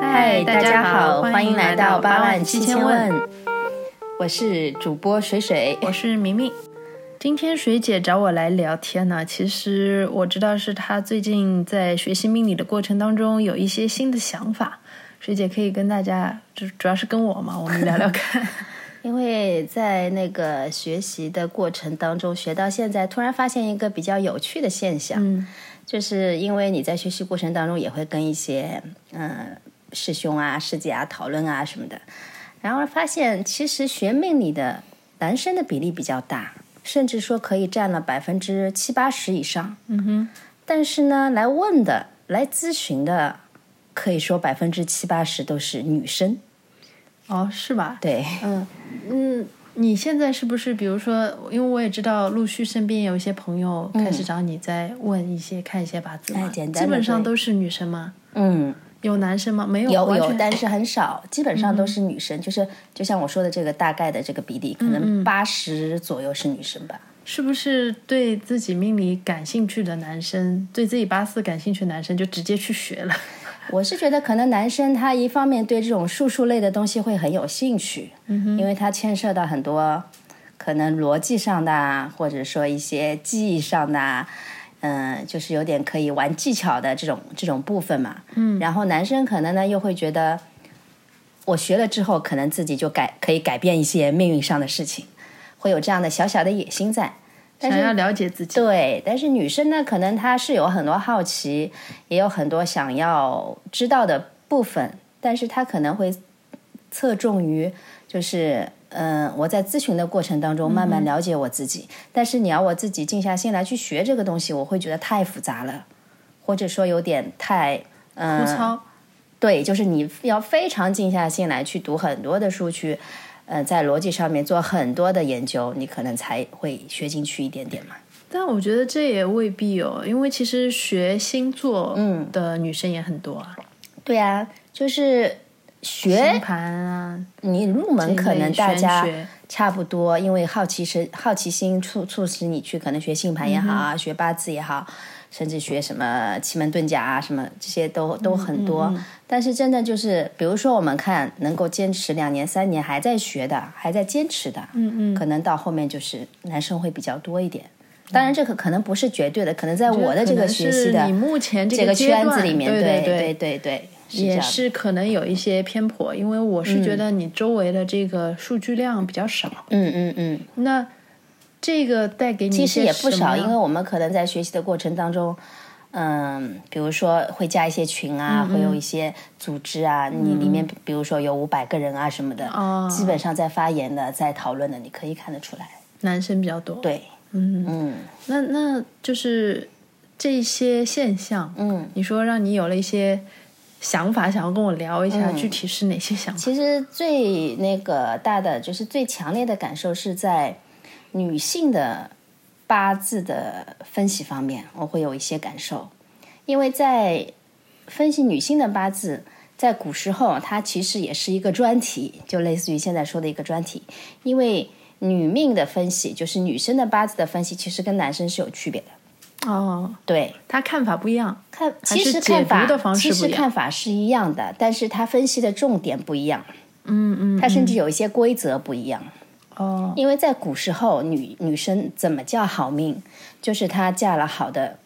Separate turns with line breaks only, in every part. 嗨，大家好，欢迎来到八万七千问，
我是主播水水。
我是明明。今天水姐找我来聊天呢，其实我知道是她最近在学习命理的过程当中有一些新的想法，水姐可以跟大家，就主要是跟我嘛，我们聊聊 看。
因为在那个学习的过程当中，学到现在，突然发现一个比较有趣的现象，
嗯
就是因为你在学习过程当中也会跟一些嗯师兄啊、师姐啊讨论啊什么的，然后发现其实学命理的男生的比例比较大，甚至说可以占了百分之七八十以上。
嗯哼，
但是呢，来问的、来咨询的，可以说百分之七八十都是女生。
哦，是吧？
对，
嗯嗯，你现在是不是，比如说，因为我也知道，陆续身边有一些朋友开始找你在问一些、看一些八字嘛，
哎简单的
基本上都是女生吗？
嗯，
有男生吗？没有，
有
完
有，
全哎嗯
但是很少，基本上都是女生。就是就像我说的这个大概的这个比例，可
嗯
能八十左右是女生吧。
是不是对自己命理感兴趣的男生，对自己八字感兴趣的男生就直接去学了？
我是觉得，可能男生他一方面对这种术数类的东西会很有兴趣，因为它牵涉到很多可能逻辑上的啊，或者说一些技艺上的啊，嗯、就是有点可以玩技巧的这种这种部分嘛。嗯，然后男生可能呢又会觉得，我学了之后，可能自己就改可以改变一些命运上的事情，会有这样的小小的野心在。但
想
是
要了解自己，
对，但是女生呢，可能她是有很多好奇，也有很多想要知道的部分，但是她可能会侧重于就是。嗯，我在咨询的过程当中慢慢了解我自己，但是你要我自己静下心来去学这个东西，我会觉得太复杂了，或者说有点太嗯、
粗糙。
对，就是你要非常静下心来去读很多的书，去呃在逻辑上面做很多的研究，你可能才会学进去一点点嘛。
但我觉得这也未必哦，因为其实学星座
嗯
的女生也很多啊，
对啊，就是
星
学
盘啊，
你入门可能大家
这一类玄学
差不多，因为好奇是好奇心促促使你去可能学星盘也
嗯
好啊，学八字也好，甚至学什么奇门遁甲啊什么这些
嗯
都都很多。但是真的就是，比如说我们看能够坚持两年三年还在学的，还在坚持的，
嗯嗯
可能到后面就是男生会比较多一点。当然，这个可能不是绝对的，可能在我的这个学
可能
习
是
的
你目前这
这个
阶段
圈子里面，
对
对
对
对对对，是这
也
样嗯的
是可能有一些偏颇，因为我是觉得你周围的这个数据量比较少，
嗯嗯嗯。
那这个带给你
其
一
实
些
也不
什么
少，
样
因为我们可能在学习的过程当中，嗯，比如说会加一些群
嗯
啊，会有一些组织啊，你里面比如说有五百个人啊什么的，
哦
基本上在发言的、在讨论的，你可以看得出来。
男生比较多，
对，
嗯，
嗯
那那就是这些现象，
嗯。
你说让你有了一些想法，想要跟我聊一下，具体是哪些想法？
嗯其实最那个大的，就是最强烈的感受是在女性的八字的分析方面，我会有一些感受，因为在分析女性的八字，在古时候它其实也是一个专题，就类似于现在说的一个专题，因为女命的分析，就是女生的八字的分析，其实跟男生是有区别的。
哦，
对，
他看法不一样，
看，
还
其
是
实
解
看
读
法
的方式
其
不
实
一样
看法是一样的，但是他分析的重点不一样。嗯嗯，他甚至有一些规则不一样，
哦，
因为在古时候，女女生怎么叫好命，就是她嫁了好的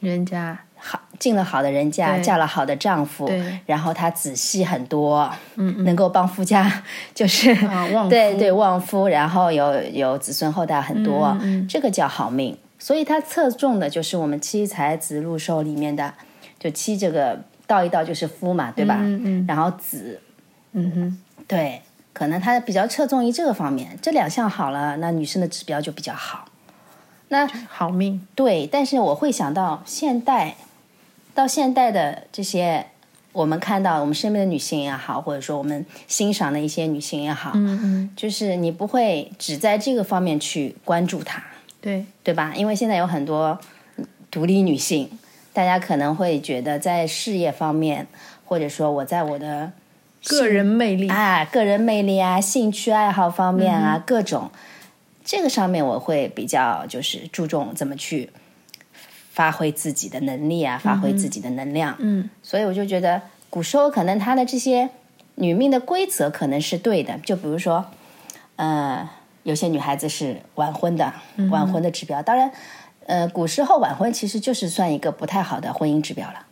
人家
好进了好的人家，
对
嫁了好的丈夫
对，
然后她子细很多，嗯能够帮夫家 就是、
啊旺夫
对对旺夫，然后有有子孙后代很多，
嗯
这个叫好命。所以它侧重的就是我们七财子禄寿里面的，就七这个道一道就是夫嘛，对吧？
嗯嗯
然后子
嗯哼，
对，可能他比较侧重于这个方面，这两项好了，那女生的指标就比较好。那
好命，
对，但是我会想到现代，到现代的这些，我们看到我们身边的女性也好，或者说我们欣赏的一些女性也好，
嗯嗯，
就是你不会只在这个方面去关注她，
对，
对吧？因为现在有很多独立女性，大家可能会觉得在事业方面，或者说我在我的
个人魅力，
啊，个人魅力啊、兴趣爱好方面啊，各种这个上面我会比较就是注重怎么去发挥自己的能力啊，发挥自己的能量。
嗯，
所以我就觉得。古时候可能他的这些女命的规则可能是对的，就比如说，呃，有些女孩子是晚婚的，晚婚的指标。当然，呃，古时候晚婚其实就是算一个不太好的婚姻指标了。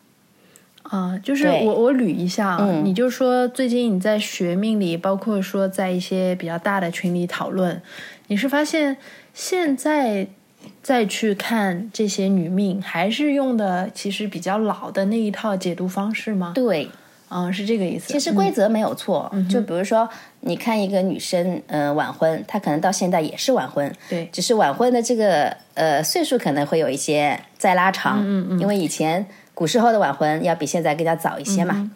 啊，就是
对嗯
我我捋一下啊，你就说最近你在学命理，包括说在一些比较大的群里讨论，你是发现现在再去看这些女命，还是用的其实比较老的那一套解读方式吗？
对，
啊，是这个意思。
其实规则没有错，
嗯
就比如说，你看一个女生，嗯、晚婚，她可能到现在也是晚婚，
对
只是晚婚的这个呃岁数可能会有一些再拉长，嗯嗯因为以前古时候的晚婚要比现在更加早一些
嗯
嘛。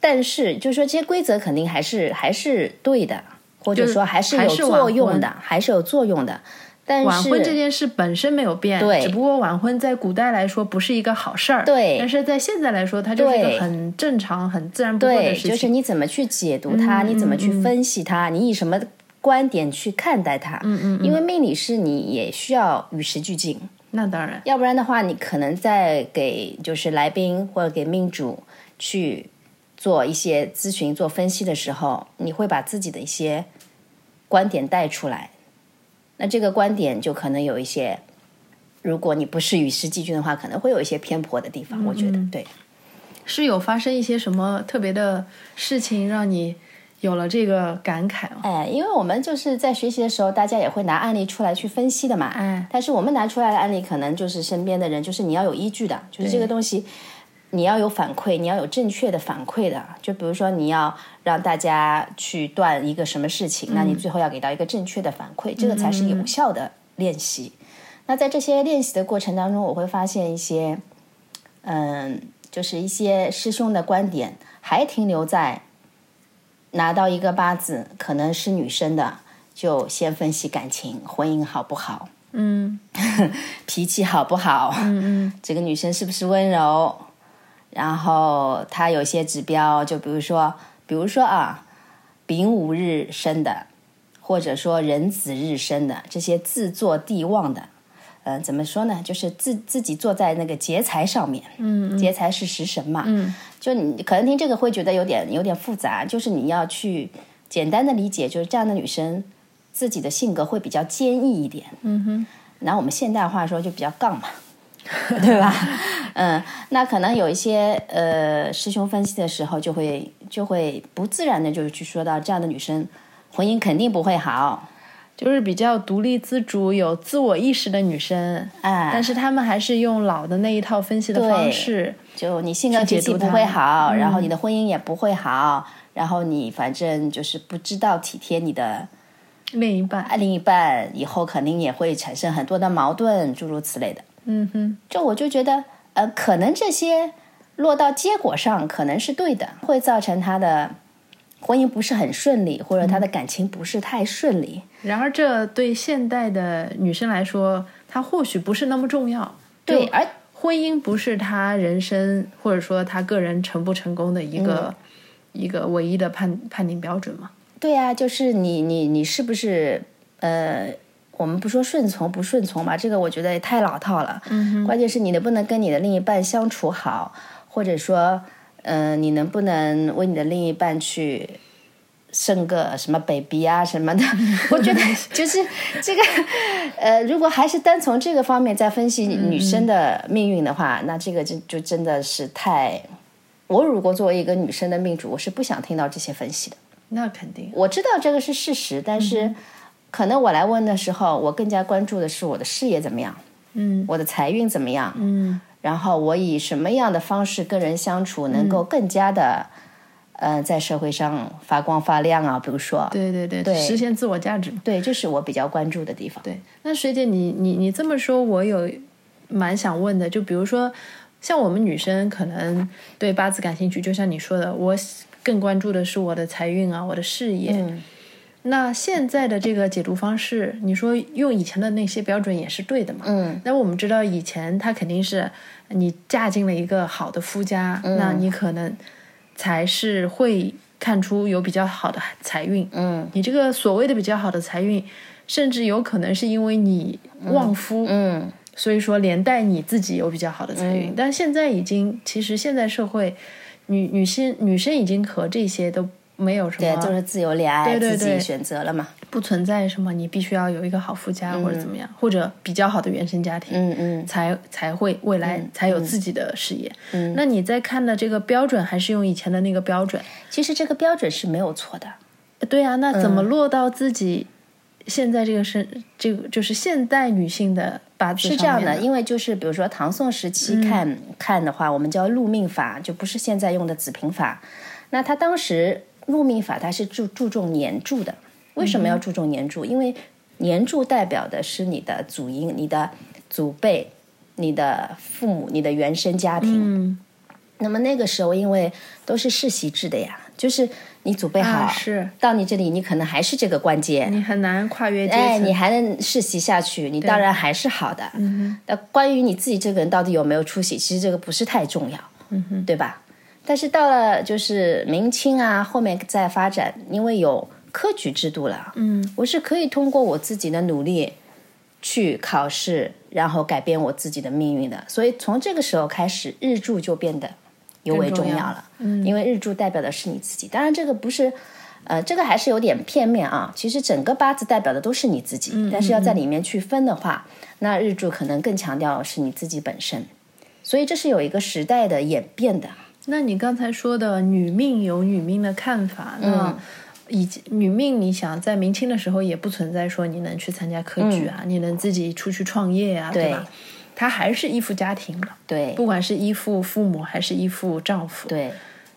但是，就是说这些规则肯定还是还是对的，或者
就是
说还是
还
有
是晚
作用
婚
的，还是有作用的。但是
晚婚这件事本身没有变，
对
只不过晚婚在古代来说不是一个好事儿，
对
但是在现在来说，它就是一
对
个很正常、很自然不过的
对，
事情。
就是你怎么去嗯解读它，你怎么去分析它，你以什么观点去看待它。嗯嗯因为命理是你也需要与时俱进，
那当然，
要不然的话，你可能在给就是来宾或者给命主去做一些咨询、做分析的时候，你会把自己的一些观点带出来。那这个观点就可能有一些，如果你不是与时俱进的话，可能会有一些偏颇的地方。我觉得对。
是有发生一些什么特别的事情让你有了这个感慨吗？
哎，因为我们就是在学习的时候，大家也会拿案例出来去分析的嘛。
哎
但是我们拿出来的案例，可能就是身边的人，就是你要有依据的，就是这个东西，你要有反馈，你要有正确的反馈的。就比如说，你要让大家去断一个什么事情，那你最后要给到一个正确的反馈，这个才是有效的练习。那在这些练习的过程当中，我会发现一些，嗯，就是一些师兄的观点还停留在拿到一个八字，可能是女生的，就先分析感情、婚姻好不好，
嗯
脾气好不好，
嗯
这个女生是不是温柔，然后她有些指标，就比如说，比如说啊，丙午日生的，或者说壬子日生的，这些自坐地旺的，呃，怎么说呢？就是自自己坐在那个劫财上面，
嗯
劫财是食神嘛，
嗯
就你可能听这个会觉得有点有点复杂，就是你要去简单的理解，就是这样的女生自己的性格会比较坚毅一点。
嗯哼，
拿我们现代话说就比较 杠嘛，对吧？嗯，那可能有一些呃师兄分析的时候，就会就会不自然的就是去说到这样的女生婚姻肯定不会好，
就是比较独立自主、有自我意识的女生，
哎，
但是她们还是用老的那一套分析的方式。
就你性格
去解
脾气
读嗯
不
它
会好，然后你的婚姻也不会好，然后你反正就是不知道体贴你的
另一半，
另一半以后肯定也会产生很多的矛盾，诸如此类的。
嗯哼，
就我就觉得，呃，可能这些落到结果上可能是对的，会造成他的婚姻不是很顺利，或者他的
嗯
感情不是太顺利。
然而这对现代的女生来说，它或许不是那么重要。
对，而
婚姻不是她人生或者说她个人成不成功的一
嗯
个、一个唯一的判判定标准嘛？
对啊，就是你你你是不是呃，我们不说顺从不顺从吧，这个我觉得也太老套了。嗯，关键是你能不能跟你的另一半相处好，或者说，呃，你能不能为你的另一半去。生个什么 baby 啊什么的，我觉得就是这个，呃，如果还是单从这个方面在分析女生的命运的话，那这个就就真的是太，我如果作为一个女生的命主，我是不想听到这些分析的。
那肯定。
我知道这个是事实，但
嗯
是可能我来问的时候，我更加关注的是我的事业怎么样，
嗯
我的财运怎么样，
嗯
然后我以什么样的方式跟人相处，能
嗯
够更加的，呃，在社会上发光发亮啊，比如说，，
对对对，
对
实现自我价值嘛。
对，这是我比较关注的地方。
对，那学姐，你你你这么说，我有蛮想问的，就比如说，像我们女生可能对八字感兴趣，就像你说的，我更关注的是我的财运啊，我的事业。
嗯
那现在的这个解读方式，你说用以前的那些标准也是对的嘛？
嗯，
那我们知道以前它肯定是你嫁进了一个好的夫家，
嗯
那你可能才是会看出有比较好的财运。
嗯
你这个所谓的比较好的财运，甚至有可能是因为你旺夫，
嗯，
所以说连带你自己有比较好的财运。但现在已经，其实现在社会女女性女生已经和这些都没有什
对，
么，
就是自由恋爱，
对对
自
对
己选择了嘛。
不存在什么你必须要有一个好夫家或者怎么样，或者比较好的原生家庭，
嗯嗯，
才才会未来才有自己的事业。那你在看的这个标准还是用以前的那个标准？
其实这个标准是没有错的。
对啊，
嗯
那怎么落到自己现在这个身、这个就是现代女性的嗯八字
是这样
上面
的，
呢
因为就是比如说唐宋时期看、看的话，我们叫禄命法，就不是现在用的子平法。那他当时禄命法，它是注注重年柱的。为什么要注重年柱？
嗯
因为年柱代表的是你的祖荫、你的祖辈、你的父母、你的原生家庭。
嗯
那么那个时候，因为都是世袭制的呀，就是你祖辈好，
啊是嗯
到你这里，你可能还是这个关节，
你很难跨越阶层。
哎，你还能世袭下去，你当然还是好的。
嗯
那关于你自己这个人到底有没有出息，其实这个不是太重要，
嗯
对吧？但是到了就是明清啊，后面再发展，因为有科举制度了，嗯，我是可以通过我自己的努力去考试，然后改变我自己的命运的。所以从这个时候开始，日柱就变得尤为重
重要
了，嗯，因为日柱代表的是你自己。当然，这个不是呃，这个还是有点片面啊。其实整个八字代表的都是你自己，
嗯
但是要在里面去分的话，那日柱可能更强调是你自己本身，所以这是有一个时代的演变的。
那你刚才说的女命有女命的看法，那
嗯
以及女命，你想在明清的时候也不存在说你能去参加科举啊，
嗯
你能自己出去创业啊，对吧？她还是依附家庭的，
对
不管是依附父母还是依附丈夫。
对，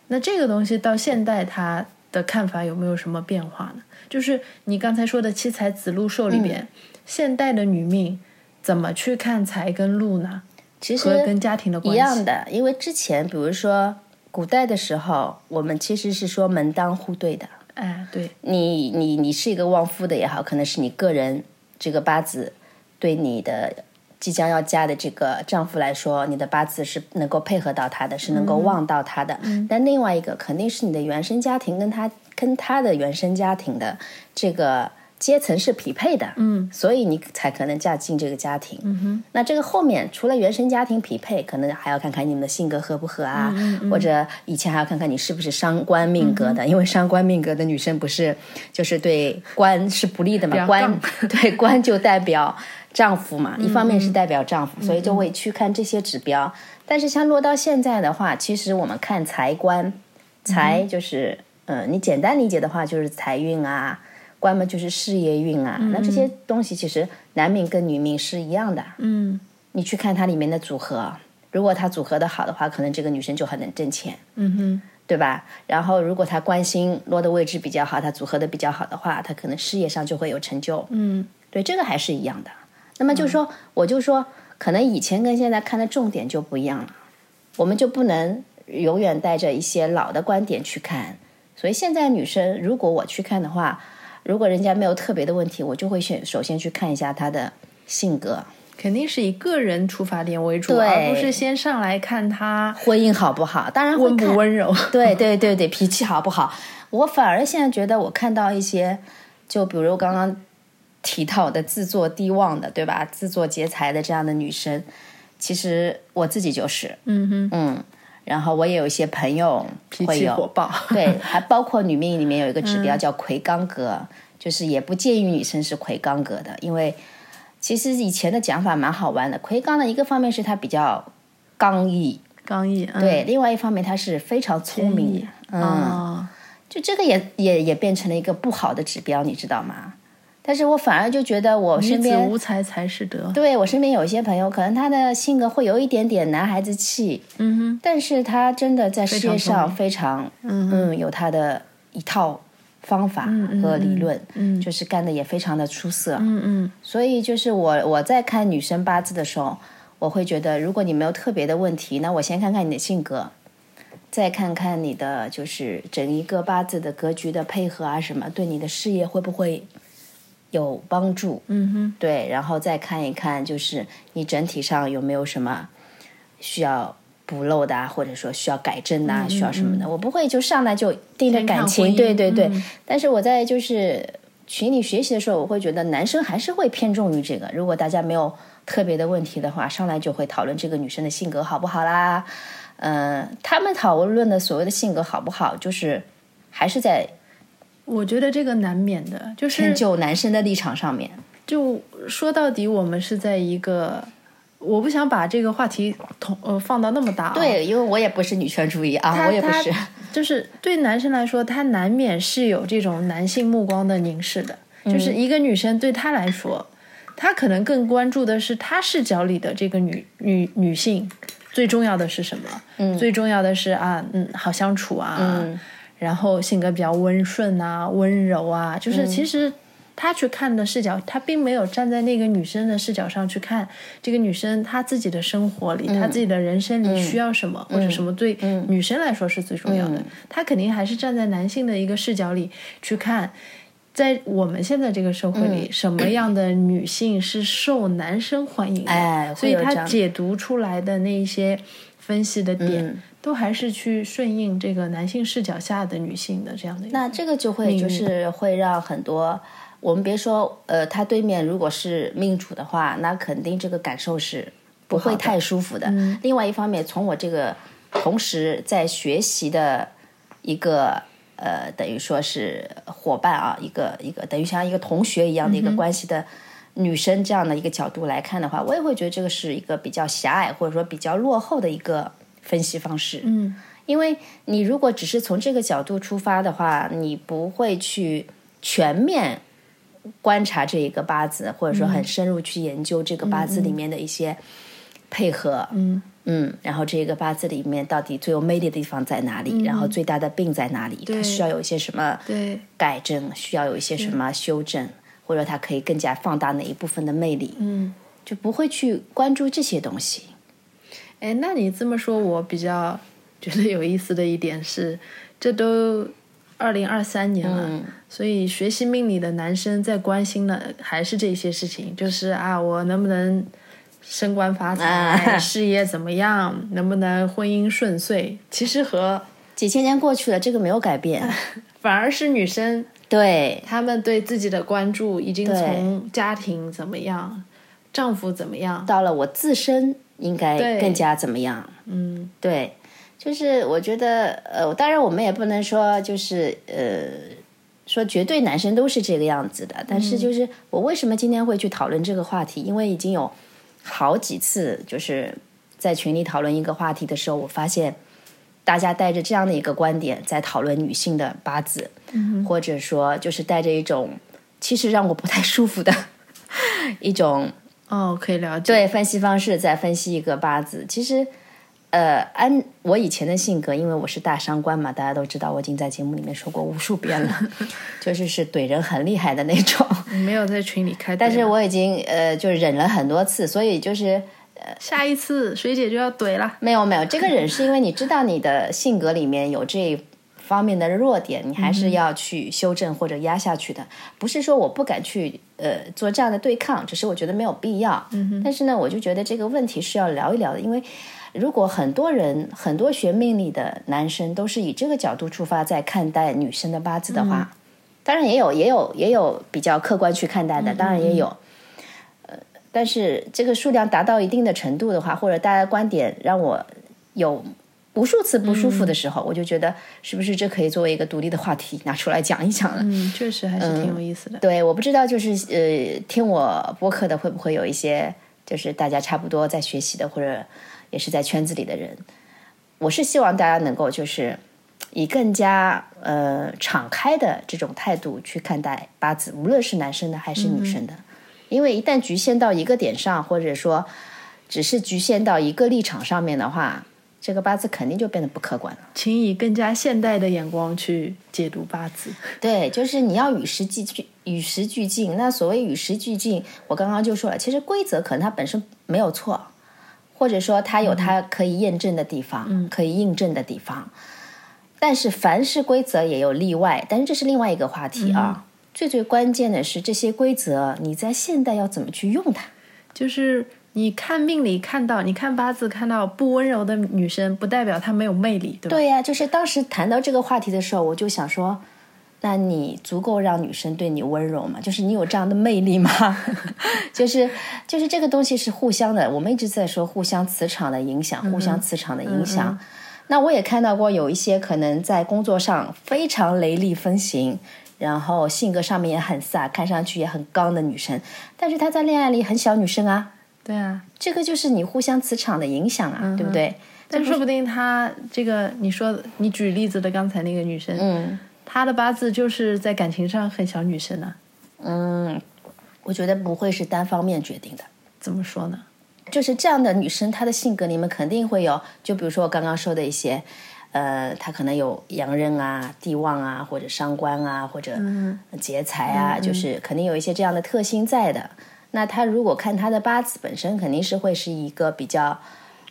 那这个东西到现代，她的看法有没有什么变化呢？就是你刚才说的七彩子路寿里
嗯
边，现代的女命怎么去看财跟禄呢？
其实
和跟家庭的关
一
系
样的，因为之前比如说古代的时候，我们其实是说门当户对的，
哎，对，
你你你是一个旺夫的也好，可能是你个人这个八字对你的即将要嫁的这个丈夫来说，你的八字是能够配合到他的，是能够旺到他的。但另外一个肯定是你的原生家庭跟他跟他的原生家庭的这个。阶层是匹配的，嗯，所以你才可能嫁进这个家庭。嗯哼，那这个后面除了原生家庭匹配，可能还要看看你们的性格合不合啊，或者以前还要看看你是不是伤官命格的，因为伤官命格的女生不是就是对官是不利的嘛，
较
官对官就代表丈夫嘛，一方面是代表丈夫，所以就会去看这些指标。但是像落到现在的话，其实我们看财官，财就是嗯、呃你简单理解的话就是财运啊。官嘛就是事业运啊，那这些东西其实男命跟女命是一样的，
嗯
你去看它里面的组合，如果它组合的好的话，可能这个女生就很能挣钱，
嗯哼。
对吧？然后如果她关心落的位置比较好，她组合的比较好的话，她可能事业上就会有成就。
嗯，
对，这个还是一样的。那么就说，我就说，可能以前跟现在看的重点就不一样了，我们就不能永远带着一些老的观点去看。所以现在女生，如果我去看的话，如果人家没有特别的问题，我就会选首先去看一下她的性格，
肯定是以个人出发点为主，
对
而不是先上来看他
婚姻好不好，当然会
温
看
不温柔。
对对对对，脾气好不好？我反而现在觉得，我看到一些，就比如刚刚提到的自作低忘的，对吧？自作劫财的这样的女生，其实我自己就是，
嗯哼，
嗯，然后我也有一些朋友
脾
会
气
有
火爆。嗯
对，还包括女命里面有一个指标叫魁罡格，就是也不建议女生是魁罡格的，因为其实以前的讲法蛮好玩的。魁罡呢，一个方面是它比较刚毅，
刚毅，嗯、
对，另外一方面它是非常聪明的
毅，
嗯。
啊、
就这个也也也变成了一个不好的指标，你知道吗？但是我反而就觉得我
女
身
子
边
无才才是德。
对我身边有一些朋友，可能他的性格会有一点点男孩子气，
嗯哼，
但是他真的在事业上
聪
非常
嗯
嗯有他的一套方法和理论，
嗯嗯
就是干的也非常的出色。
嗯嗯，
所以就是我我在看女生八字的时候，我会觉得，如果你没有特别的问题，那我先看看你的性格，再看看你的就是整一个八字的格局的配合啊什么，对你的事业会不会有帮助？
嗯哼，
对，然后再看一看就是你整体上有没有什么需要。补漏的啊，或者说需要改正
嗯
的啊，需要什么的，我不会就上来就盯着
先看
感情，
婚姻
对对对。
嗯
但是我在就是呃群里学习的时候，我会觉得男生还是会偏重于这个。如果大家没有特别的问题的话，上来就会讨论这个女生的性格好不好啦，嗯、他们讨论的所谓的性格好不好，就是还是在
我觉得这个难免的，就是
迁就男生的立场上面。
就说到底，我们是在一个，我不想把这个话题同呃放到那么大、啊，，
对，因为我也不是女权主义啊，
他
我也不
他
是。
就是对男生来说，他难免是有这种男性目光的凝视的，
嗯
就是一个女生对他来说，他可能更关注的是他视角里的这个女女女性最重要的是什么？嗯，最重要的是啊，嗯，好相处啊，
嗯
然后性格比较温顺啊、温柔啊，
嗯
就是其实他去看的视角，他并没有站在那个女生的视角上去看这个女生她自己的生活
嗯
里、她自己的人生里需要什么，或者什么对女生来说是最重要
嗯
的。他肯定还是站在男性的一个视角里去看。在我们现在这个社会里，
嗯
什么样的女性是受男生欢迎的？
哎
所以
会有这
他
样
解读出来的那一些分析的点，
嗯
都还是去顺应这个男性视角下的女性的这样的一个。
那这个就会就是会让很多，我们别说呃，他对面如果是命主的话，那肯定这个感受是不会太舒服的。
嗯
另外一方面，从我这个同时在学习的一个呃，等于说是伙伴啊，一个一个等于像一个同学一样的一
嗯
个关系的。女生这样的一个角度来看的话，我也会觉得这个是一个比较狭隘或者说比较落后的一个分析方式。嗯，因为你如果只是从这个角度出发的话，你不会去全面观察这一个八字，或者说很深入去研究这个八字里面的一些配合，嗯嗯，然后这个八字里面到底最有魅力的地方在哪里，然后最大的病在哪里，它需要有一些什么
对，
改正，需要有一些什么修正，或者它可以更加放大哪一部分的魅力，
嗯，
就不会去关注这些东西。
哎，那你这么说，我比较觉得有意思的一点是，这都二零二三年了，
嗯
所以学习命理的男生在关心的还是这些事情，就是啊，我能不能升官发财，
啊
事业怎么样，能不能婚姻顺遂？其实和
几千年过去了，这个没有改变，
反而是女生
对，
他们对自己的关注已经
对
从家庭怎么样、丈夫怎么样，
到了我自身应该
对
更加怎么样？
嗯，
对，就是我觉得，呃，当然我们也不能说就是呃，说绝对男生都是这个样子的，但是就是我为什么今天会去讨论这个话题？因为已经有好几次就是在群里讨论一个话题的时候，我发现大家带着这样的一个观点在讨论女性的八字，或者说就是带着一种其实让我不太舒服的 一种。
哦，可以了解，
对分析方式在分析一个八字。其实，呃，按我以前的性格，因为我是大伤官嘛，大家都知道，我已经在节目里面说过无数遍了，就是是怼人很厉害的那种。
没有在群里开怼了，
但是我已经呃，就忍了很多次，所以就是
下一次水姐就要怼了，
没有没有这个忍，是因为你知道你的性格里面有这一方面的弱点，你还是要去修正或者压下去的。不是说我不敢去呃做这样的对抗，只是我觉得没有必要。但是呢，我就觉得这个问题是要聊一聊的，因为如果很多人很多学命理的男生都是以这个角度出发在看待女生的八字的话，当然也有也有也有比较客观去看待的，当然也有。呃但是这个数量达到一定的程度的话，或者大家观点让我有无数次不舒服的时候，我就觉得是不是这可以作为一个独立的话题拿出来讲一讲了？
嗯，确实还是挺有意思的，
对，我不知道就是呃，听我播客的会不会有一些就是大家差不多在学习的，或者也是在圈子里的人，我是希望大家能够就是以更加呃敞开的这种态度去看待八字，无论是男生的还是女生的，因为一旦局限到一个点上，或者说只是局限到一个立场上面的话，这个八字肯定就变得不客观了。
请以更加现代的眼光去解读八字，
对，就是你要与时俱进，与时俱进。那所谓与时俱进，我刚刚就说了，其实规则可能它本身没有错，或者说它有它可以验证的地方，可以印证的地方。但是凡是规则也有例外，但是这是另外一个话题啊。最最关键的是这些规则，你在现代要怎么去用它？
就是。你看命理看到，你看八字看到不温柔的女生，不代表她没有魅力，对吧？
对呀、就是当时谈到这个话题的时候，我就想说，那你足够让女生对你温柔吗？就是你有这样的魅力吗？ 就是就是这个东西是互相的，我们一直在说互相磁场的影响，互相磁场的影响。那我也看到过有一些可能在工作上非常雷厉风行，然后性格上面也很飒，看上去也很刚的女生，但是她在恋爱里很小女生啊。
对啊，
这个就是你互相磁场的影响啊，对不对？
但说不定她这个你说的你举例子的刚才那个女生，
嗯
她的八字就是在感情上很小女生啊呢、
嗯，我觉得不会是单方面决定的。
怎么说呢？
就是这样的女生，她的性格里面肯定会有，就比如说我刚刚说的一些，呃，她可能有阳刃啊、地旺啊，或者伤官啊，或者劫财啊，就是肯定有一些这样的特性在的。那她如果看她的八字本身，肯定是会是一个比较，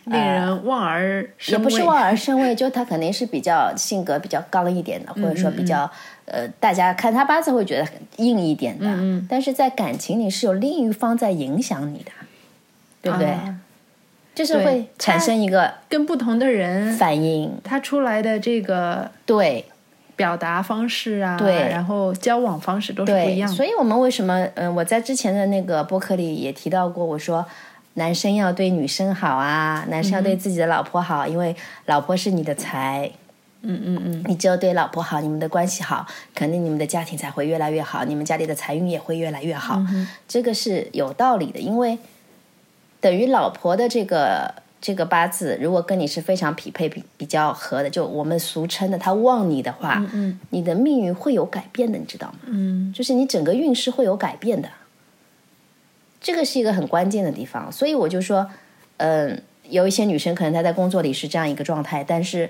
令人望而生畏。
也不是望而生畏，就她肯定是比较性格比较刚一点的，或者说比较，呃，大家看她八字会觉得很硬一点的，但是在感情里是有另一方在影响你的，对不对？
啊
就是会产生一个
跟不同的人，
反应，
他出来的这个
对
表达方式啊，
对
然后交往方式都是不一
对，
样的。
所以我们为什么，嗯，我在之前的那个播客里也提到过，我说男生要对女生好啊，男生要对自己的老婆好，因为老婆是你的财，
嗯嗯嗯，
你只有对老婆好，你们的关系好，肯定你们的家庭才会越来越好，你们家里的财运也会越来越好。
嗯
这个是有道理的，因为等于老婆的这个这个八字，如果跟你是非常匹配、比比较合的，就我们俗称的他旺你的话，你的命运会有改变的，你知道吗？
嗯，
就是你整个运势会有改变的。这个是一个很关键的地方，所以我就说，嗯、有一些女生可能她在工作里是这样一个状态，但是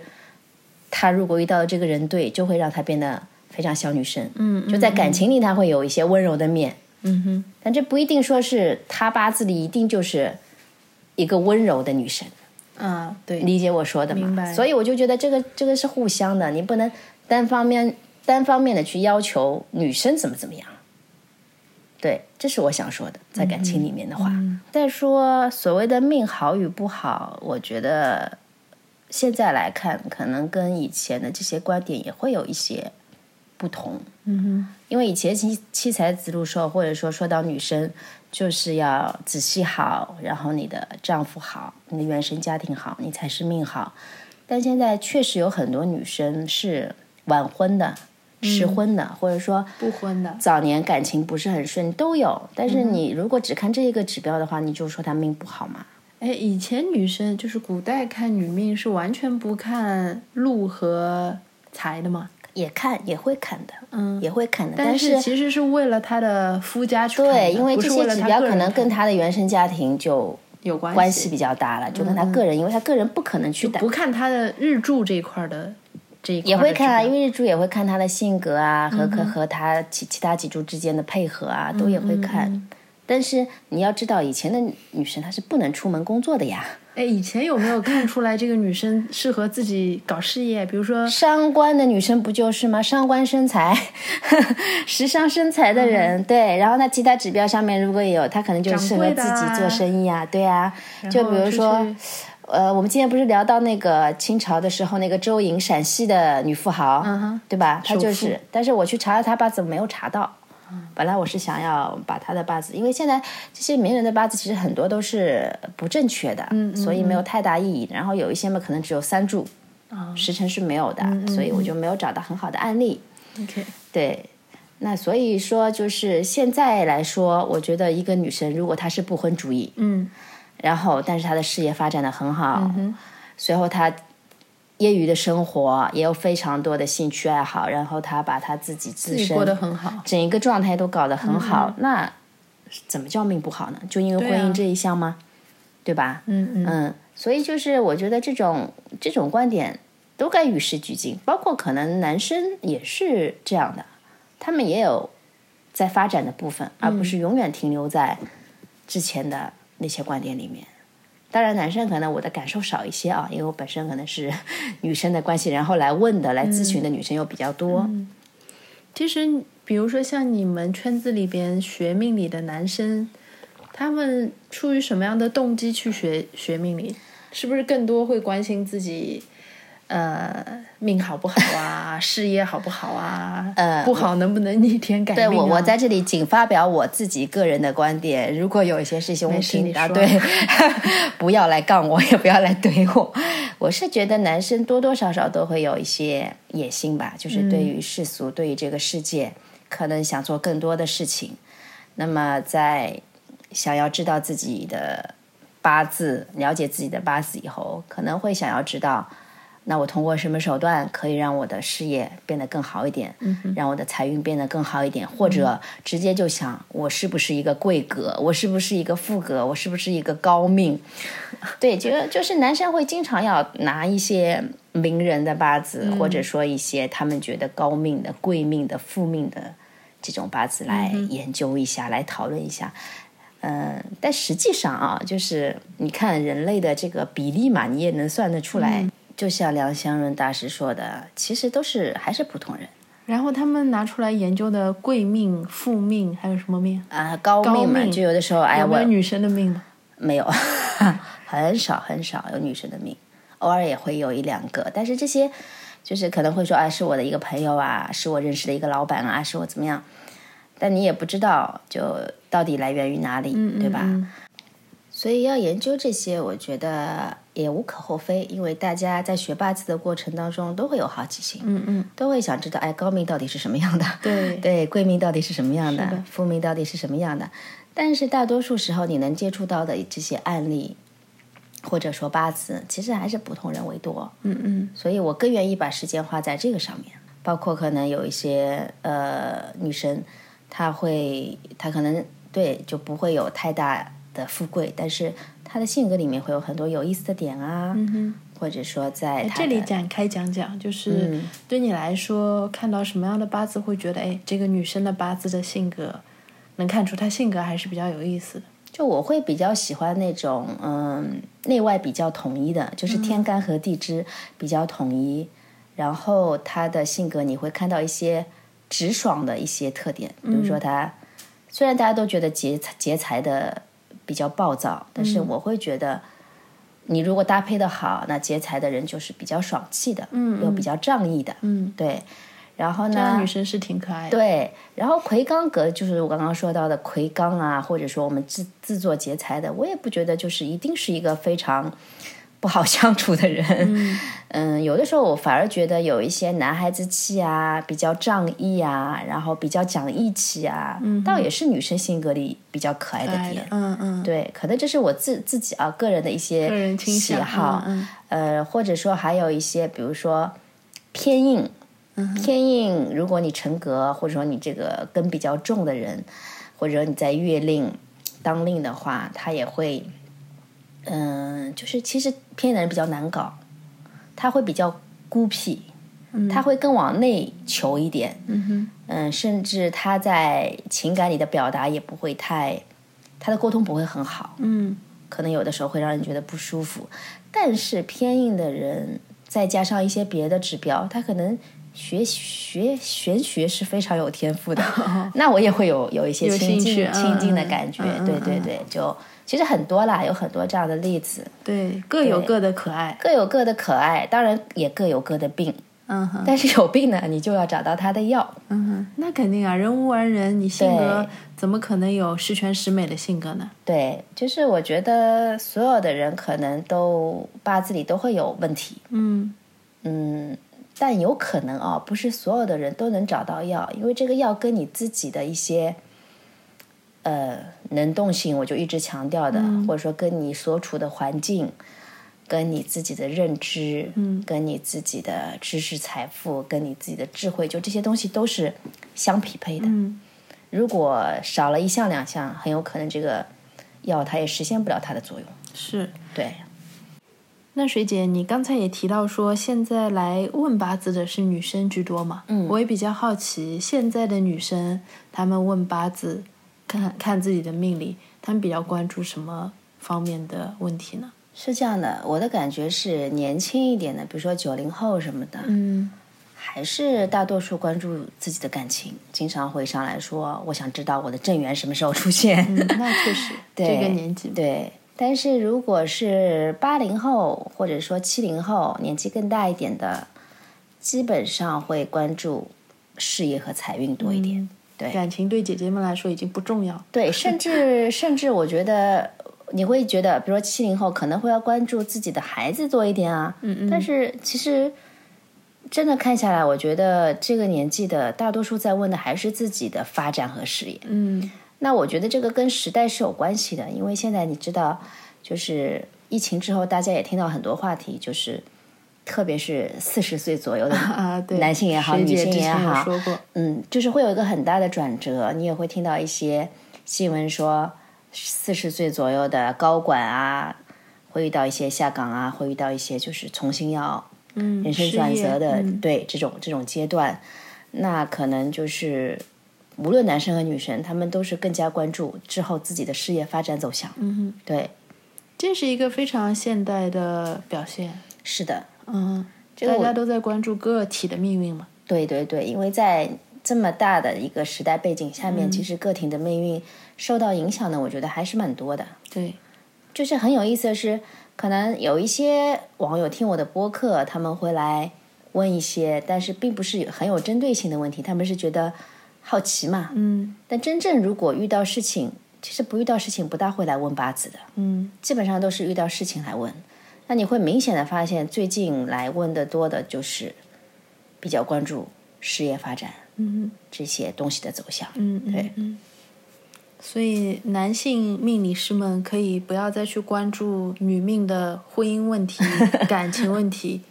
她如果遇到的这个人对，就会让她变得非常小女生。嗯，就在感情里，她会有一些温柔的面。
嗯哼，
但这不一定说是她八字里一定就是一个温柔的女生，
啊，对，
理解我说的
明白
吗？所以我就觉得这个这个是互相的，你不能单方面单方面的去要求女生怎么怎么样。对，这是我想说的，在感情里面的话。
嗯
再说所谓的命好与不好，我觉得现在来看，可能跟以前的这些观点也会有一些不同。
嗯
因为以前七七彩子路说，或者说说到女生，就是要仔细好，然后你的丈夫好，你的原生家庭好，你才是命好。但现在确实有很多女生是晚婚的、
嗯
迟婚的，或者说
哼，不婚的，
早年感情不是很顺都有。但
嗯
是你如果只看这一个指标的话，你就说她命不好嘛？
哎，以前女生就是古代看女命是完全不看禄和财的嘛，
也看也会看的，
嗯，
也会看的，
但
是
其实是为了她的夫家去看的
对，因为
不
这
是
些
为了
指
她
标
个
可
人
能
看
跟她的原生家庭就
有关嗯
关系比较大了，就跟他个人，因为他个人不可能去打，
不看她的日柱这一块的这一块
也会看啊，因
为
为日柱也会看他的性格啊，
嗯
和和和他其其他几柱之间的配合啊，都也会
嗯
看。但是你要知道，以前的女女生她是不能出门工作的呀，
哎，以前有没有看出来这个女生适合自己搞事业？比如说
伤官的女生不就是吗？伤官身材， 时尚身材的人，对。然后她其他指标上面如果也有，她可能就适合
嗯掌柜的
自己
啊
做生意啊，对啊。就比如说
出去，
呃，我们今天不是聊到那个清朝的时候，那个周莹，陕西的女富豪，
嗯哼
对吧？她
首
就
富
是，但是我去查了她八字，没有查到。本来我是想要把她的八字，因为现在这些名人的八字其实很多都是不正确的，
嗯
所以没有太大意义。然后有一些嘛，可能只有三柱，
哦
时辰是没有的，
嗯
所以我就没有找到很好的案例。
，OK，
对，那所以说就是现在来说，我觉得一个女生如果她是不婚主义，
嗯，
然后但是她的事业发展的很好，随后她业余的生活也有非常多的兴趣爱好，然后她把她自己自
自己
身
过得很好，
整一个状态都搞得很
嗯
好，那怎么叫命不好呢？就因为
对
婚
啊
姻这一项吗？对吧？
嗯嗯
嗯，所以就是我觉得这种这种观点都该与时俱进，包括可能男生也是这样的，他们也有在发展的部分，而不是永远停留在之前的那些观点里面。当然，男生可能我的感受少一些啊，因为我本身可能是女生的关系，然后来问的、来咨询的女生又比较多。
嗯其实，比如说像你们圈子里边学命理的男生，他们出于什么样的动机去学学命理？是不是更多会关心自己，呃命好不好啊，事业好不好啊，
呃
不好能不能逆天改命、
对
啊？
我，我在这里仅发表我自己个人的观点。如果有一些事情我
没事
听
你
啊，
说
对， 不要来杠我，也不要来怼我。我是觉得男生多多少少都会有一些野心吧，就是对
嗯
于世俗、对于这个世界，可能想做更多的事情。那么在想要知道自己的八字，了解自己的八字以后，可能会想要知道。那我通过什么手段可以让我的事业变得更好一点，让我的财运变得更好一点，或者直接就想我是不是一个贵格，我是不是一个富格，我是不是一个高命？ 对，就就是男生会经常要拿一些名人的八字，或者说一些他们觉得高命的、贵命的、富命的这种八字来研究一下，来讨论一下。嗯，但实际上啊，就是你看人类的这个比例嘛，你也能算得出来。就像梁湘润大师说的，其实都是还是普通人
然后他们拿出来研究的贵命、富命，还有什么命？
啊，高
高
命嘛，
命
就有的时候哎呀，
有没有
我
女生的命呢？
没有，很少很少有女生的命，偶尔也会有一两个，但是这些就是可能会说，哎，是我的一个朋友啊，是我认识的一个老板啊，是我怎么样，但你也不知道就到底来源于哪里，对吧？
嗯
所以要研究这些，我觉得也无可厚非，因为大家在学八字的过程当中都会有好奇心，
嗯嗯，
都会想知道，哎，高命到底是什么样的？
对
对，贵命到底是什么样的？
是的
富命到底是什么样的？但是大多数时候，你能接触到的这些案例，或者说八字，其实还是普通人为多。
嗯嗯，
所以我更愿意把时间花在这个上面。包括可能有一些呃女生，她会她可能对就不会有太大的富贵，但是她的性格里面会有很多有意思的点啊，或者说在
嗯
她
哎这里
的
展开讲讲，就是
嗯
对你来说，看到什么样的八字会觉得，哎，这个女生的八字的性格，能看出她性格还是比较有意思的。
就我会比较喜欢那种嗯内外比较统一的，就是
嗯
天干和地支比较统一，然后他的性格你会看到一些直爽的一些特点，比
嗯
如说他、虽然大家都觉得劫财劫财的比较暴躁，但
嗯
是我会觉得。你如果搭配的好，那劫财的人就是比较爽气的，嗯，又比较仗义的，
嗯，
对。然后呢，
这样女生是挺可爱的。
对，然后魁罡格就是我刚刚说到的魁罡啊，或者说我们自自作劫财的，我也不觉得就是一定是一个非常不好相处的人。嗯有的时候我反而觉得有一些男孩子气啊，比较仗义啊，然后比较讲义气啊，倒也是女生性格里比较可爱
嗯
的
可爱
点
的。嗯嗯，
对，可能这是我自自己啊个人的一些
个人倾
喜
向
好，
嗯
呃，或者说还有一些，比如说偏硬，
嗯
偏硬。如果你成格，或者说你这个根比较重的人，或者你在月令、当令的话，他也会，嗯、就是其实偏硬的人比较难搞，他会比较孤僻，他会更往内求一点，
嗯哼，
嗯，甚至他在情感里的表达也不会太，他的沟通不会很好，
嗯
可能有的时候会让人觉得不舒服。但是偏硬的人，再加上一些别的指标，他可能学学玄学是非常有天赋的，那我也会有有一些
哦有
亲
兴趣
近亲近的
嗯嗯
感觉，
嗯嗯
对对
嗯
对，就其实很多啦，有很多这样的例子，
对，各有
对
各的可爱。
各有各的可爱，当然也各有各的病，
嗯哼，
但是有病呢，你就要找到他的药。
嗯哼，那肯定啊，人无完人，你性格
对
怎么可能有十全十美的性格呢？
对，就是我觉得所有的人可能都八字里都会有问题，
嗯
嗯，但有可能啊、不是所有的人都能找到药，因为这个药跟你自己的一些，呃，能动性，我就一直强调的，或者说跟你所处的环境，跟你自己的认知，嗯，跟你自己的知识财富，跟你自己的智慧，就这些东西都是相匹配的。
嗯
如果少了一项两项，很有可能这个药它也实现不了它的作用。
是。
对，
那水姐，你刚才也提到说，现在来问八字的是女生居多嘛？嗯，我也比较好奇，现在的女生她们问八字，看看自己的命理，她们比较关注什么方面的问题呢？
是这样的，我的感觉是年轻一点的，比如说九零后什么的，
嗯
还是大多数关注自己的感情，经常会上
嗯
来说，我想知道我的正缘什么时候出现。
嗯，那确实，
对
这个年纪，
对，但是如果是八零后或者说七零后年纪更大一点的，基本上会关注事业和财运多一点。对
感情对姐姐们来说已经不重要。
对，甚至甚至我觉得你会觉得，比如说七零后可能会要关注自己的孩子多一点啊。嗯嗯。但是其实真的看下来，我觉得这个年纪的大多数在问的还是自己的发展和事业。
嗯，
那我觉得这个跟时代是有关系的，因为现在你知道，就是疫情之后，大家也听到很多话题，就是特别是四十岁左右的
啊，对，
男性也好
学
女
姐
性
之
也
前有
好
说过，
嗯，就是会有一个很大的转折，你也会听到一些新闻说，四十岁左右的高管啊，会遇到一些下岗啊，会遇到一些就是重新要
嗯，
人生
事
转
业
折的，
嗯
对这种这种阶段，那可能就是无论男生和女生，他们都是更加关注之后自己的事业发展走向。嗯哼，对，
这是一个非常现代的表现。
是的，
嗯，
个
大
我
家都在关注个体的命运嘛。
对对对，因为在这么大的一个时代背景下面，其实个体的命运受到影响呢，我觉得还是蛮多的。
对，
就是很有意思的是，可能有一些网友听我的播客，他们会来问一些，但是并不是很有针对性的问题，他们是觉得好奇嘛。
嗯
但真正如果遇到事情，其实不遇到事情不大会来问八字的，
嗯，
基本上都是遇到事情来问。那你会明显的发现，最近来问的多的就是比较关注事业发展，
嗯
这些东西的走向。
嗯嗯
对
嗯。所以，男性命理师们可以不要再去关注女命的婚姻问 题、感情问题。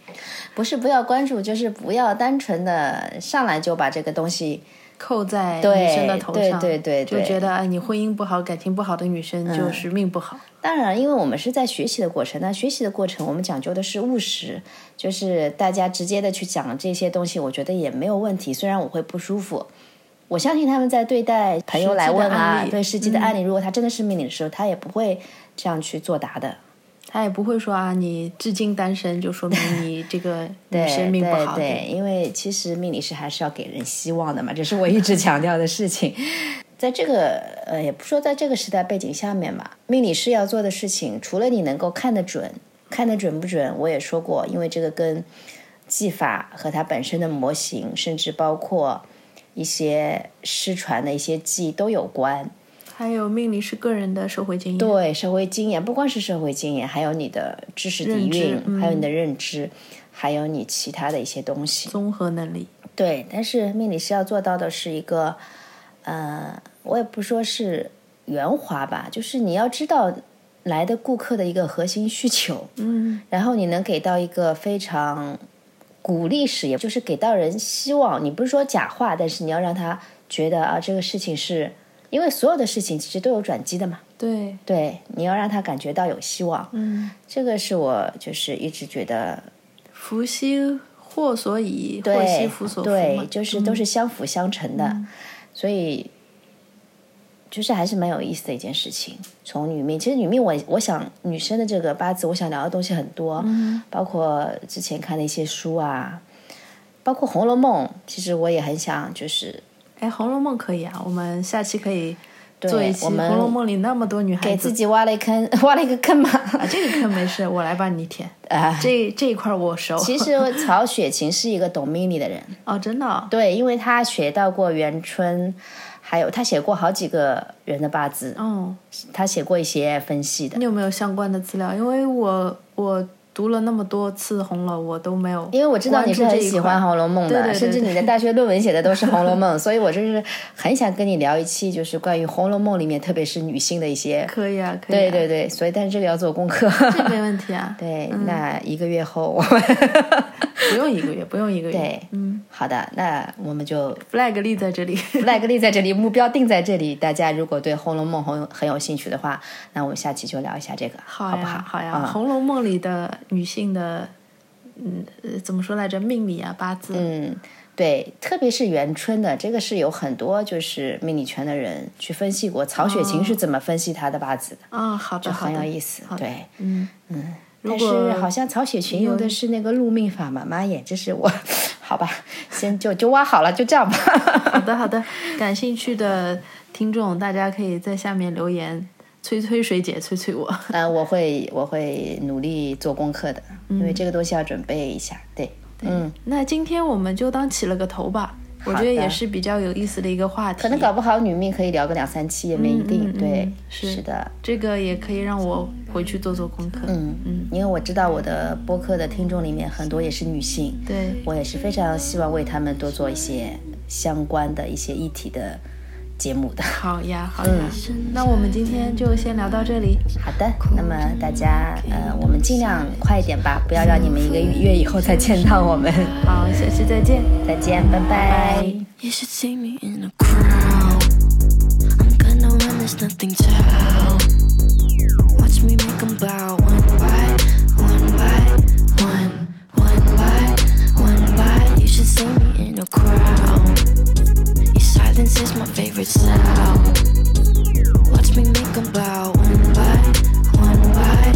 不是不要关注，就是不要单纯的上来就把这个东西
扣在
对
女生的头上，
对对对对
就觉得哎，你婚姻不好，感情不好的女生就是命不好。
当然，因为我们是在学习的过程，那学习的过程我们讲究的是务实，就是大家直接的去讲这些东西，我觉得也没有问题。虽然我会不舒服，我相信他们在对待朋友来问
实际的案
啊
例，嗯
对实际的案例，如果他真的是命理的时候，他也不会这样去作答的。
他也不会说啊，你至今单身就说明你这个 女
对
生命不好。
对对，因为其实命理师还是要给人希望的嘛，这是我 一直强调的事情。在这个呃，也不说在这个时代背景下面吧，命理师要做的事情，除了你能够看得准，看得准不准，我也说过，因为这个跟技法和它本身的模型，甚至包括一些失传的一些技艺都有关。
还有命理是个人的社会经验。
对社会经验，不光是社会经验，还有你的知识底
认知
蕴，
嗯
还有你的认知，还有你其他的一些东西。
综合能力，
对，但是命理师要做到的是一个，呃，我也不说是圆滑吧，就是你要知道来的顾客的一个核心需求，
嗯，
然后你能给到一个非常鼓励事业，就是给到人希望。你不是说假话，但是你要让他觉得啊，这个事情是因为所有的事情其实都有转机的嘛，
对，
对，你要让他感觉到有希望。
嗯，
这个是我就是一直觉得
福兮祸所倚，祸兮
对
福所伏嘛嗯
对，就是都是相辅相成的，所以就是还是蛮有意思的一件事情。从女命，其实女命我我想女生的这个八字，我想聊的东西很多，
嗯
包括之前看的一些书啊，包括《红楼梦》，其实我也很想就是
哎，《红楼梦》可以啊，我们下期可以做一期《
我们
红楼梦》里那么多女孩
给
子
自己挖了一坑， 挖了一个坑嘛。
啊， 这个坑没事，我来帮你填。
啊
这这一块我熟。
其实曹雪芹是一个懂命理的人，
哦，真的哦、
对，因为他学到过元春，还有他写过好几个人的八字，
嗯，
他写过一些分析的。
你有没有相关的资料？因为我我读了那么多次红楼，我都没有。
因为我知道你是很喜欢《红楼梦》的，
对对对
甚至你的大学论文写的都是《红 楼梦》，所以我就是很想跟你聊一期，就是关于《红楼梦》里面，特别是女性的 一些。
可以啊，可以、
对
啊。
对对，所以但是这个要做功课。
这没问题啊，
对，那一个月后我们
不用一个月，不用一个月。
对，嗯，好的，那我们就
flag 立在这里。
flag 立在这里，目标定在这里。大家如果对《红楼梦》很有很有兴趣的话，那我们下期就聊一下这个，好
好
不好
哎呀，？好呀，
嗯
红楼梦》里的女性的，嗯，呃怎么说来着？命理啊，八字。
嗯，对，特别是元春的，这个是有很多就是命理圈的人去分析过，曹雪芹是怎么分析他的八字的，
啊、好的，哦好
很
的，
有意思。
好的，
对，
嗯嗯。如
但是
果
好像曹雪芹用的是那个录命法嘛，妈耶，这是我，好吧，先就就挖好了，就 这样吧。
好的好的，感兴趣的听众，大家可以在下面留言，催催水姐，催催我。
呃，我会我会努力做功课的，
嗯
因为这个东西要准备一下。对，嗯，
那今天我们就当起了个头吧，我觉得
的
也是比较有意思的一个话题。
可能搞不好女命可以聊个两三期也没一定。
嗯嗯
对
嗯，是
的，
这个也可以让我回去做做功课。嗯嗯，
因为我知道我的播客的听众里面很多也是女性，
对，
我也是非常希望为她们多做一些相关的一些议题的节目的。
好呀好呀，
嗯
那我们今天就先聊到这里。
好的，那么大家呃，我们尽量快一点吧，不要让你们一个月以后才见到我们。
好，下期再见。
再见，拜拜
You should see me in a crowd. I'm gonna win, there's nothing to help. Watch me make 'em bow one by one by one, one by one by. You should see me in a crowd. Your silence is my favorite sound. Watch me make 'em bow one by one by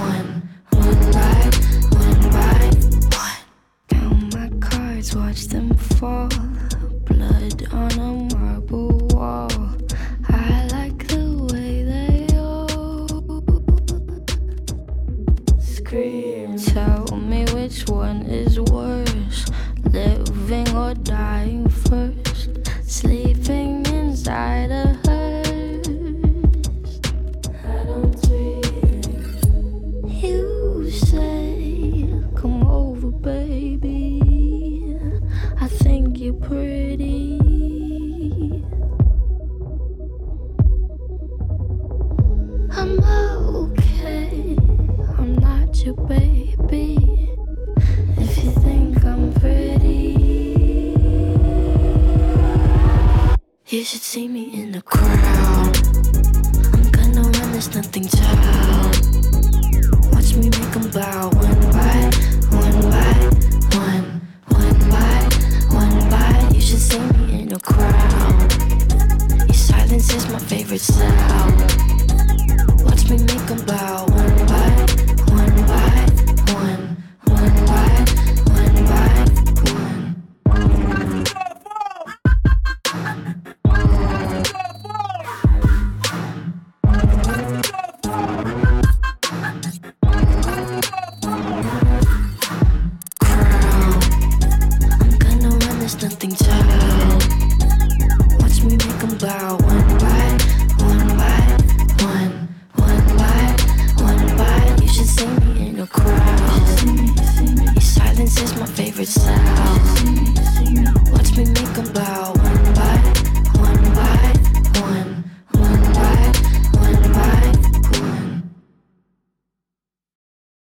one, one by one by one. Count my cards, watch them fall. Blood on a marble wall. I like the way they all scream. Tell me which one is worse, living or dying first. Sleeping inside a hearse. I don't dream. You say, Come over, baby. I think you're pretty. I'm okay, I'm not your baby. If you think I'm pretty, you should see me in the crowd. I'm gonna run, there's nothing to hide. Watch me make 'em bow one by one by one, one by one by. You should see me in a crowd. Your silence is my favorite sound. Watch me make 'em bow